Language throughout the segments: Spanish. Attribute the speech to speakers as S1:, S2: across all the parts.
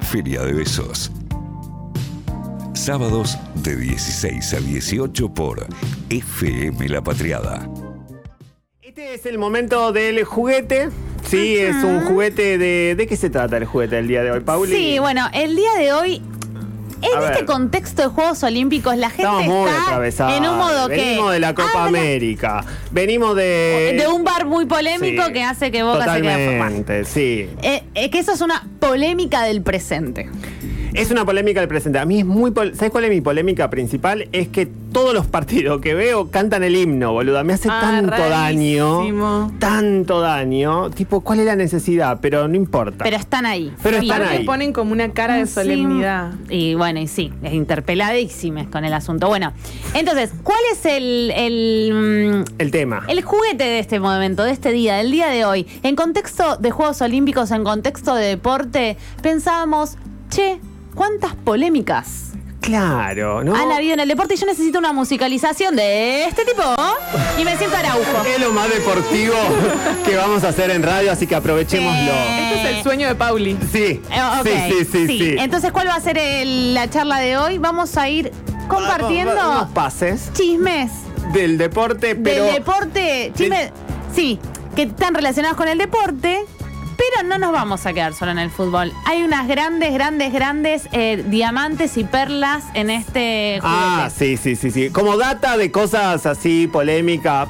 S1: Feria de Besos. Sábados de 16 a 18 por FM La Patriada.
S2: Este es el momento del juguete. Sí, es un juguete de. ¿De qué se trata el juguete del día de hoy, Pauli?
S3: Sí, bueno, el día de hoy, en
S2: A
S3: este
S2: ver.
S3: contexto de Juegos Olímpicos, la gente
S2: Estamos muy
S3: está
S2: atravesados.
S3: en un modo que.
S2: Venimos de la Copa
S3: habla
S2: América. Venimos de.
S3: De un bar muy polémico
S2: Sí.
S3: que hace que Boca se quede afuera.
S2: Totalmente, sí.
S3: Eh, eh, que eso es una polémica del presente.
S2: Es una polémica del presente. A mí es muy. pol- ¿Sabes cuál es mi polémica principal? Es que todos los partidos que veo cantan el himno, boluda. Me hace
S4: Ah,
S2: tanto daño.
S4: rarísimo.
S2: Tanto daño. Tipo, ¿cuál es la necesidad? Pero no importa.
S3: Pero están ahí.
S2: Pero
S3: Bien.
S2: están
S4: Aparte
S2: ahí.
S4: ponen como una cara de
S3: Sí.
S4: solemnidad.
S3: Y bueno, y sí, es interpeladísimas con el asunto. Bueno, entonces, ¿cuál es el, el, mm,
S2: el tema.
S3: El juguete de este momento, de este día, del día de hoy, en contexto de Juegos Olímpicos, en contexto de deporte, pensábamos, che, ¿cuántas polémicas
S2: Claro, ¿no?
S3: han habido en el deporte? Y yo necesito una musicalización de este tipo. Y me siento araujo.
S2: Es lo más deportivo que vamos a hacer en radio, así que aprovechémoslo.
S3: Sí.
S4: Este es el sueño de Pauli.
S2: Sí,
S3: Eh, ok,
S2: sí, sí, sí, sí. Ah,
S3: Entonces, ¿cuál va a ser el- la charla de hoy? Vamos a ir compartiendo
S2: Vamos, va- unos pases
S3: chismes
S2: del deporte, pero
S3: del deporte, chismes, sí, que están relacionados con el deporte, pero no nos vamos a quedar solo en el fútbol. Hay unas grandes, grandes, grandes eh, diamantes y perlas en este juguete.
S2: Ah, sí, sí, sí, sí. Como data de cosas así polémicas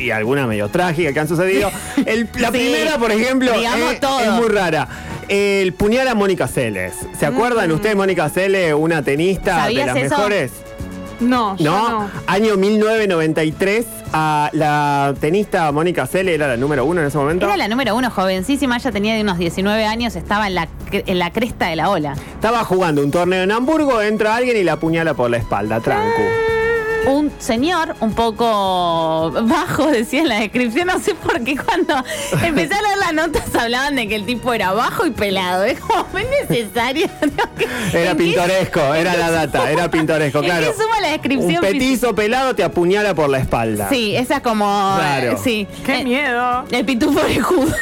S2: y alguna medio trágica que han sucedido. El- la
S3: Sí.
S2: primera, por ejemplo,
S3: Digamos
S2: es,
S3: todo.
S2: es muy rara. El puñal a Mónica Celes. ¿Se acuerdan ustedes, Mónica Celes, una tenista de
S3: Mm. ¿Sabías
S2: las
S3: eso?
S2: mejores?
S4: No, yo
S2: ¿No?
S4: no.
S2: Año 1993, a la tenista Mónica Cele era la número uno en ese momento.
S3: Era la número uno, jovencísima, ella tenía de unos 19 años, estaba en la, cre- en la cresta de la ola.
S2: Estaba jugando un torneo en Hamburgo, entra alguien y la apuñala por la espalda, tranco.
S3: Ah, Un señor un poco bajo, decía en la descripción, no sé por qué cuando empecé a leer las notas hablaban de que el tipo era bajo y pelado. Es como muy necesario.
S2: Era
S3: ¿En qué-
S2: pintoresco, era la data, era pintoresco,
S3: ¿En qué
S2: claro.
S3: suma la descripción
S2: Un petizo pelado te apuñala por la espalda.
S3: Sí, esa es como.
S2: Claro.
S3: Sí.
S4: Qué
S3: Eh,
S4: miedo.
S3: El pitufo orejudo.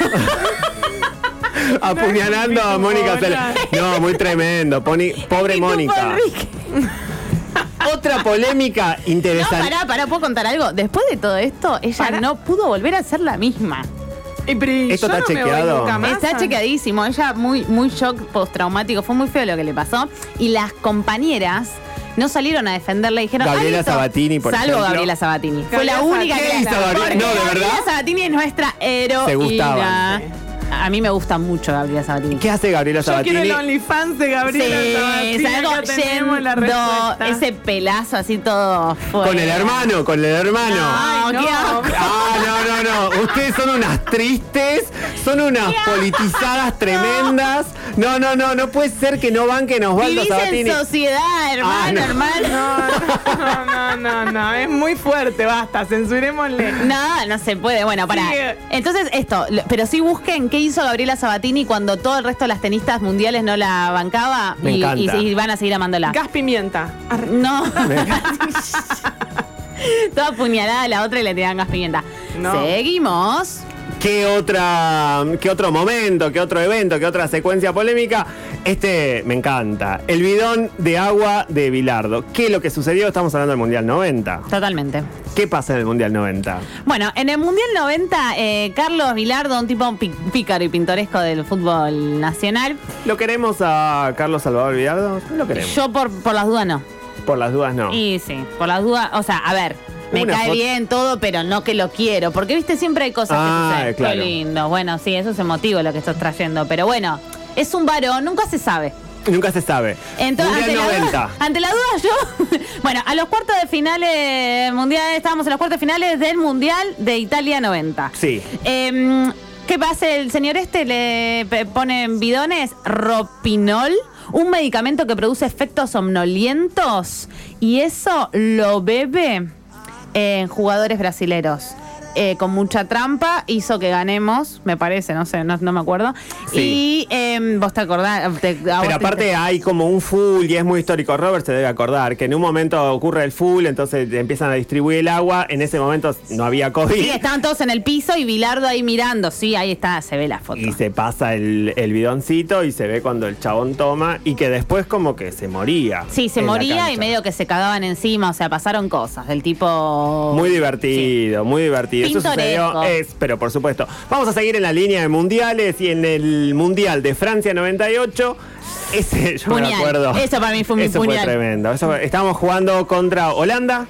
S2: Apuñalando a Mónica Celes. No, muy tremendo. poni- pobre
S3: Pitufo
S2: Mónica.
S3: Enrique.
S2: Otra polémica
S3: No,
S2: interesante.
S3: pará, pará, ¿puedo contar algo? Después de todo esto, ella
S4: Pará.
S3: no pudo volver a ser la misma.
S4: Y, pero, y
S2: Esto
S4: yo
S2: está
S4: no me voy
S2: chequeado.
S4: nunca más.
S3: Está chequeadísimo. Ella muy, muy shock postraumático. Fue muy feo lo que le pasó. Y las compañeras. No salieron a defenderla, dijeron. "Ah,
S2: Gabriela
S3: listo".
S2: Sabatini, por
S3: Salvo
S2: ejemplo.
S3: Gabriela Sabatini. Fue
S4: Gabriela
S3: la única
S4: Sabatini.
S3: que
S2: ¿Qué hizo Gabriela?
S3: Porque
S2: No, ¿de
S3: Gabriela
S2: verdad?
S3: Sabatini es nuestra heroína.
S2: Se gustaban.
S3: A mí me gusta mucho Gabriela Sabatini.
S2: ¿Qué hace Gabriela
S4: Yo
S2: Sabatini?
S4: quiero el OnlyFans de Gabriela
S3: Sí,
S4: Sabatini.
S3: salgo
S4: Acá tenemos la
S3: yendo
S4: respuesta.
S3: ese pelazo así todo fuera.
S2: Con el hermano, con el hermano.
S3: No,
S4: Ay, no.
S3: qué asco.
S2: Ah, no, no, no. Ustedes son unas tristes, son unas politizadas tremendas. No, no, no, no puede ser que no banquen a Osvaldo
S3: Vivís
S2: Sabatini.
S3: en sociedad, hermano,
S2: Ah, no.
S3: hermano.
S4: No, no, no, no, no, es muy fuerte, basta, censurémosle.
S3: No, no se puede. Bueno, para.
S4: Sigue.
S3: Entonces, esto, lo- pero sí busquen qué hizo Gabriela Sabatini cuando todo el resto de las tenistas mundiales no la bancaba
S2: Me
S3: y,
S2: encanta.
S3: y- y van a seguir amándola.
S4: Gas pimienta. Arre.
S3: No. Toda apuñalada a la otra y le tiran gas pimienta.
S4: No.
S3: Seguimos.
S2: ¿Qué, otra, ¿Qué otro momento, qué otro evento, qué otra secuencia polémica? Este me encanta. El bidón de agua de Bilardo. ¿Qué es lo que sucedió? Estamos hablando del Mundial 90.
S3: Totalmente.
S2: ¿Qué pasa en el Mundial 90?
S3: Bueno, en el Mundial 90, eh, Carlos Vilardo, un tipo pi- pícaro y pintoresco del fútbol nacional.
S2: ¿Lo queremos a Carlos Salvador Bilardo? No lo queremos.
S3: Yo por, por las dudas no.
S2: Por las dudas, no.
S3: Y sí, por las dudas, o sea, a ver, me
S2: Una
S3: cae
S2: foto-
S3: bien todo, pero no que lo quiero. Porque, viste, siempre hay cosas
S2: Ah,
S3: que suceden.
S2: claro.
S3: Qué lindo. Bueno, sí, eso es emotivo lo que estás trayendo. Pero bueno, es un varón, nunca se sabe.
S2: Nunca se sabe.
S3: Entonces,
S2: Mundial
S3: ante,
S2: 90.
S3: La duda, ante la duda, yo. bueno, a los cuartos de finales mundiales, estábamos en los cuartos de finales del Mundial de Italia 90.
S2: Sí.
S3: Em, ¿Qué pasa? El señor este le pe- pone en bidones ropinol, un medicamento que produce efectos somnolientos, y eso lo bebe en jugadores brasileros. eh, con mucha trampa hizo que ganemos, me parece, no sé, no, no me acuerdo.
S2: Sí.
S3: Y em, vos te acordás. te- a vos
S2: Pero
S3: te-
S2: aparte hay como un full y es muy histórico. Robert se debe acordar que en un momento ocurre el full, entonces empiezan a distribuir el agua. En ese momento no había COVID.
S3: Sí, estaban todos en el piso y Bilardo ahí mirando. Sí, ahí está, se ve la foto.
S2: Y se pasa el, el bidoncito y se ve cuando el chabón toma y que después como que se moría.
S3: Sí, se
S2: en la
S3: moría
S2: cancha.
S3: y medio que se cagaban encima, o sea, pasaron cosas del tipo...
S2: Muy divertido, muy divertido. Eso sucedió,
S3: Pintoresco.
S2: es, pero por supuesto. Vamos a seguir en la línea de mundiales y en el mundial de Francia 98. Ese, yo me
S3: Puñal.
S2: acuerdo.
S3: Eso para mí fue un
S2: Eso
S3: puñal.
S2: fue tremendo. Eso fue- estábamos jugando contra Holanda.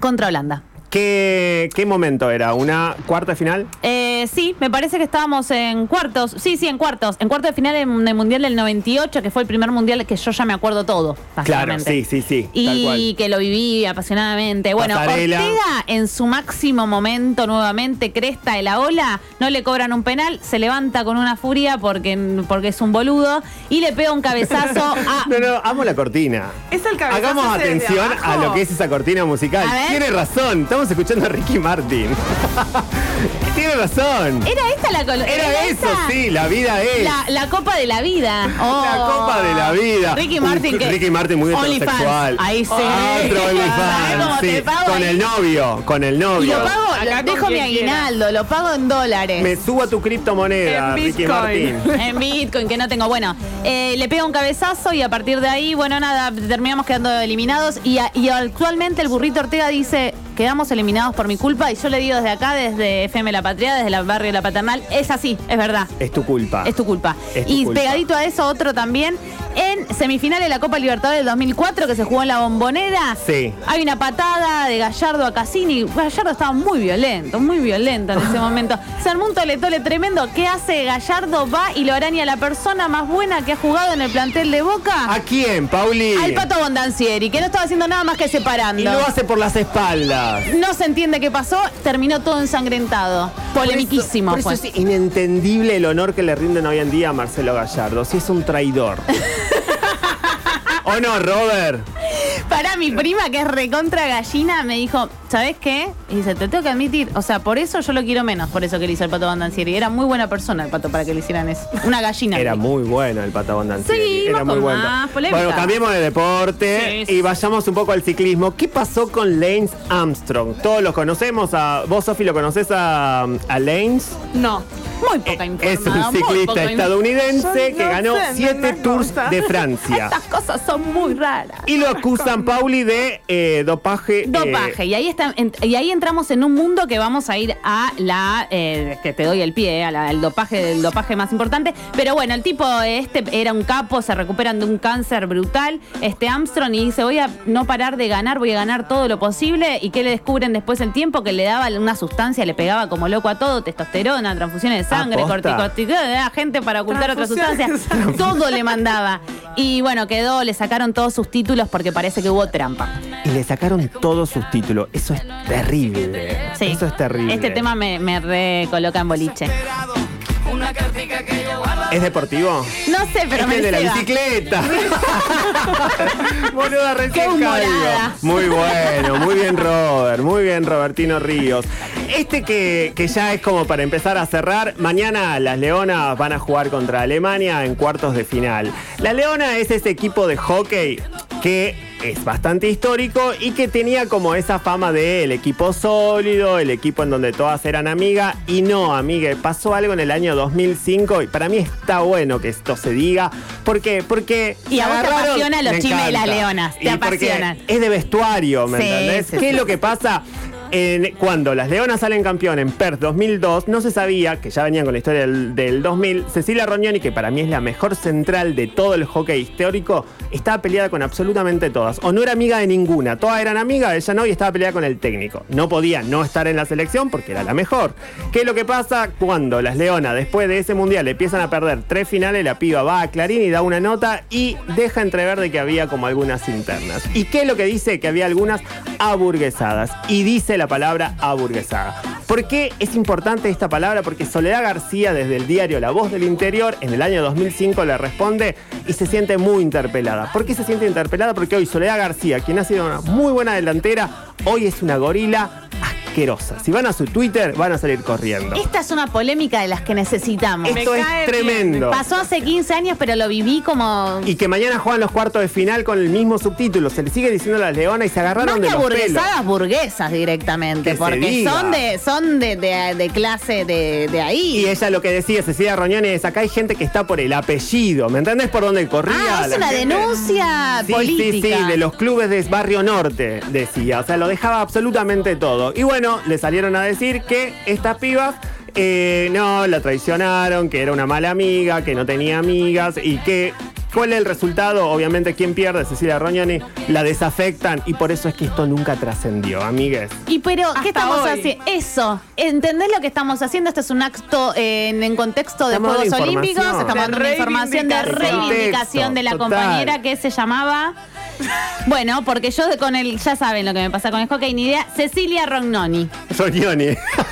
S3: Contra Holanda.
S2: ¿Qué, ¿Qué momento era? ¿Una cuarta de final?
S3: Eh, sí, me parece que estábamos en cuartos. Sí, sí, en cuartos. En cuartos de final en- del Mundial del 98, que fue el primer Mundial que yo ya me acuerdo todo.
S2: Claro,
S3: básicamente.
S2: sí, sí, sí. tal cual.
S3: Y que lo viví apasionadamente. Bueno,
S2: Pasarela.
S3: Ortega en su máximo momento nuevamente, cresta de la ola, no le cobran un penal, se levanta con una furia porque, porque es un boludo y le pega un cabezazo a...
S2: No, no, amo la cortina.
S4: Es el cabezazo
S2: Hagamos
S4: ese de
S2: atención a
S4: abajo.
S2: lo que es esa cortina musical.
S3: A ver.
S2: Tiene razón, estamos escuchando a Ricky Martin. Tiene razón.
S3: ¿Era esta la col-
S2: Era eso,
S3: esta?
S2: sí, la vida es.
S3: La, la copa de la vida.
S2: La
S3: Oh.
S2: copa de la vida.
S3: Ricky
S2: Un-
S3: Martin. que-
S2: Ricky Martin muy
S3: OnlyFans.
S2: heterosexual.
S3: Ahí sí.
S2: Otro
S3: ¿Sabés cómo
S2: OnlyFans.
S3: te
S2: sí.
S3: pago
S2: Con
S3: ahí?
S2: el novio, con el
S3: Y
S2: novio.
S3: lo pago,
S4: Acá
S3: lo-
S4: con
S3: dejo mi
S4: quien quiera.
S3: aguinaldo, lo pago en dólares.
S2: Me subo a tu criptomoneda,
S4: En
S2: Ricky
S4: Bitcoin.
S2: Martin.
S3: En Bitcoin, que no tengo. Bueno, eh, le pega un cabezazo y a partir de ahí, bueno, nada, terminamos quedando eliminados. Y, a- y actualmente el burrito Ortega dice, quedamos eliminados por mi culpa. Y yo le digo desde acá, desde FM La Patria, desde el barrio La Paternal, es así, es verdad.
S2: Es tu culpa.
S3: Es tu culpa.
S2: Ah, Es tu
S3: y
S2: culpa.
S3: pegadito a eso, otro también. En semifinales de la Copa Libertadores del 2004, que se jugó en la Bombonera.
S2: Sí.
S3: Hay una patada de Gallardo a Cassini. Gallardo estaba muy violento, muy violento en ese momento. Se armó un toletole tremendo. ¿Qué hace Gallardo? Va y lo araña a la persona más buena que ha jugado en el plantel de Boca.
S2: ¿A quién, Pauli?
S3: Al Pato Bondancieri, que no estaba haciendo nada más que separando.
S2: Y lo hace por las espaldas.
S3: No se entiende qué pasó. Terminó todo ensangrentado. Polemiquísimo
S2: Por eso, por
S3: fue.
S2: eso es inentendible el honor que le rinden hoy en día a Marcelo Gallardo. Si es un traidor. ¿O no, Robert?
S3: Para mi prima, que es recontra gallina, me dijo, ¿sabes qué? Y dice, te tengo que admitir, o sea, por eso yo lo quiero menos, por eso que le hizo el pato Bandancieri. Era muy buena persona el pato para que le hicieran eso. Una gallina.
S2: Era muy bueno el patagón
S3: Sí,
S2: Era muy
S3: vamos con
S2: bueno.
S3: más polémica.
S2: bueno, cambiemos de deporte
S3: Sí, sí,
S2: y vayamos un poco al ciclismo. ¿Qué pasó con Lance Armstrong? Todos los conocemos. A, ¿Vos, Sofi, lo conocés a, a Lance?
S4: No.
S3: Muy poca
S2: Eh,
S3: informada.
S2: es un
S3: muy
S2: ciclista
S3: poca
S2: estadounidense
S4: Yo
S2: que
S4: no
S2: ganó
S4: sé, no
S2: siete
S4: me
S2: Tours
S4: consta.
S2: de Francia.
S3: Estas cosas son muy raras.
S2: Y lo acusan, Pauli, de eh, dopaje. eh,
S3: Dopaje. y, ahí está, en- y ahí entramos en un mundo que vamos a ir a la. eh, que te doy el pie, eh, a la- al dopaje, del dopaje más importante. Pero bueno, el tipo este era un capo, se recuperan de un cáncer brutal. Este Armstrong y dice: Voy a no parar de ganar, voy a ganar todo lo posible. ¿Y qué le descubren después el tiempo? Que le daba una sustancia, le pegaba como loco a todo: testosterona, transfusiones de sangre,
S2: Ah, posta.
S3: corticosteroides, gente para ocultar otras
S4: Transfusiones de
S3: sustancias. Todo le mandaba. Y bueno, quedó, le sacaron todos sus títulos porque parece que hubo trampa.
S2: Y le sacaron todos sus títulos. Eso es terrible.
S3: Sí.
S2: Eso es terrible.
S3: Este tema me, me recoloca en boliche.
S2: ¿Es deportivo?
S3: No sé, pero
S2: este
S3: me
S2: es de la
S3: ceba.
S2: bicicleta. Boluda, recién
S3: Qué humorada.
S2: caigo. Muy bueno, muy bien Robert, muy bien Robertino Ríos. Este que, que ya es como para empezar a cerrar, mañana las Leonas van a jugar contra Alemania en cuartos de final. La Leona es ese equipo de hockey que es bastante histórico y que tenía como esa fama de el equipo sólido, el equipo en donde todas eran amigas y no, amiga, pasó algo en el año 2005 y para mí está bueno que esto se diga. ¿Por qué? Porque
S3: Y a vos te
S2: agarraron-
S3: apasionan los
S2: Ah, Me
S3: chismes de
S2: encanta.
S3: las leonas, te
S2: Y porque
S3: apasionan.
S2: Es de vestuario, ¿me
S3: Sí,
S2: entendés?
S3: sí,
S2: ¿Qué
S3: sí.
S2: es lo que pasa? En- cuando las Leonas salen campeón en Perth 2002, no se sabía, que ya venían con la historia del, del 2000, Cecilia Rognoni, que para mí es la mejor central de todo el hockey histórico, estaba peleada con absolutamente todas. O no era amiga de ninguna, todas eran amigas, ella no, y estaba peleada con el técnico. No podía no estar en la selección porque era la mejor. ¿Qué es lo que pasa cuando las Leonas, después de ese mundial, empiezan a perder tres finales? La piba va a Clarín y da una nota y deja entrever de que había como algunas internas. ¿Y qué es lo que dice? Que había algunas aburguesadas. Y dice la palabra aburguesada. ¿Por qué es importante esta palabra? Porque Soledad García, desde el diario La Voz del Interior, en el año 2005 le responde y se siente muy interpelada. ¿Por qué se siente interpelada? Porque hoy Soledad García, quien ha sido una muy buena delantera, hoy es una gorila asquerosa. Si van a su Twitter, van a salir corriendo.
S3: Esta es una polémica de las que necesitamos.
S4: Me
S2: Esto Este es
S4: cae bien.
S2: tremendo.
S3: Pasó hace 15 años, pero lo viví como.
S2: Y que mañana juegan los cuartos de final con el mismo subtítulo. Se le sigue diciendo a las leonas y se agarraron
S3: Más
S2: de
S3: que
S2: los pelos.
S3: burguesadas, burguesas directamente,
S2: Que se
S3: porque
S2: diga.
S3: son de, son de, de- de clase de, de ahí.
S2: Y ella lo que decía, Cecilia Roñón, es acá hay gente que está por el apellido. ¿Me entendés por dónde corría?
S3: ah, es
S2: la
S3: una
S2: gente?
S3: denuncia
S2: Sí,
S3: política.
S2: sí, sí, de los clubes de Barrio Norte, decía. O sea, lo dejaba absolutamente todo. Y bueno, le salieron a decir que estas pibas. eh, no, la traicionaron, que era una mala amiga, que no tenía amigas y que. ¿Cuál es el resultado? Obviamente, ¿quién pierde? Cecilia Roñoni. La desafectan y por eso es que esto nunca trascendió, amigues.
S3: Y pero, ¿qué
S4: Hasta
S3: estamos
S4: hoy.
S3: haciendo? Eso, ¿entendés lo que estamos haciendo? Este es un acto eh, en, en contexto de
S2: Estamos dando
S3: Juegos
S2: información.
S3: Olímpicos, estamos
S4: De
S3: dando una información de
S4: reivindicación.
S3: reivindicación de la
S2: Contexto,
S3: compañera
S2: total.
S3: que se llamaba... Bueno, porque yo de- con el, ya saben lo que me pasa con el hockey, ni idea, Cecilia Rognoni.
S2: Roñoni.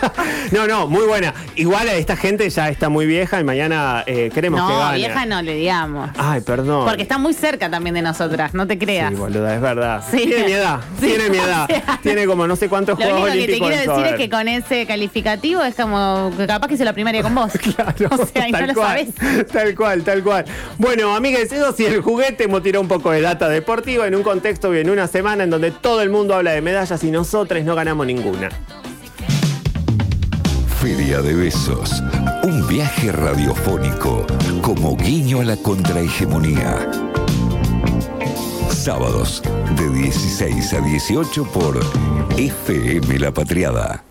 S2: no, no, muy buena. Igual esta gente ya está muy vieja y mañana eh, queremos que
S3: No,
S2: gane.
S3: vieja no le digamos.
S2: Ay, perdón.
S3: Porque está muy cerca también de nosotras, no te creas.
S2: Sí, boluda, es verdad.
S3: Sí.
S2: Tiene mi edad,
S3: Sí,
S2: tiene mi
S3: o
S2: edad.
S3: sea,
S2: tiene como no sé cuántos
S3: Lo
S2: Juegos
S3: único que te
S2: Olímpicos.
S3: quiero
S2: en
S3: decir es
S2: Sober.
S3: que con ese calificativo es como que capaz que hizo la primaria con vos.
S2: Claro,
S3: o sea, y no
S2: tal
S3: lo
S2: cual,
S3: sabés.
S2: Tal cual, tal cual. Bueno, amigas, eso sí, el juguete hemos tirado un poco de data deportiva en un contexto y en una semana en donde todo el mundo habla de medallas y nosotros no ganamos ninguna.
S1: Feria de Besos. Un viaje radiofónico como guiño a la contrahegemonía. Sábados de 16 a 18 por FM La Patriada.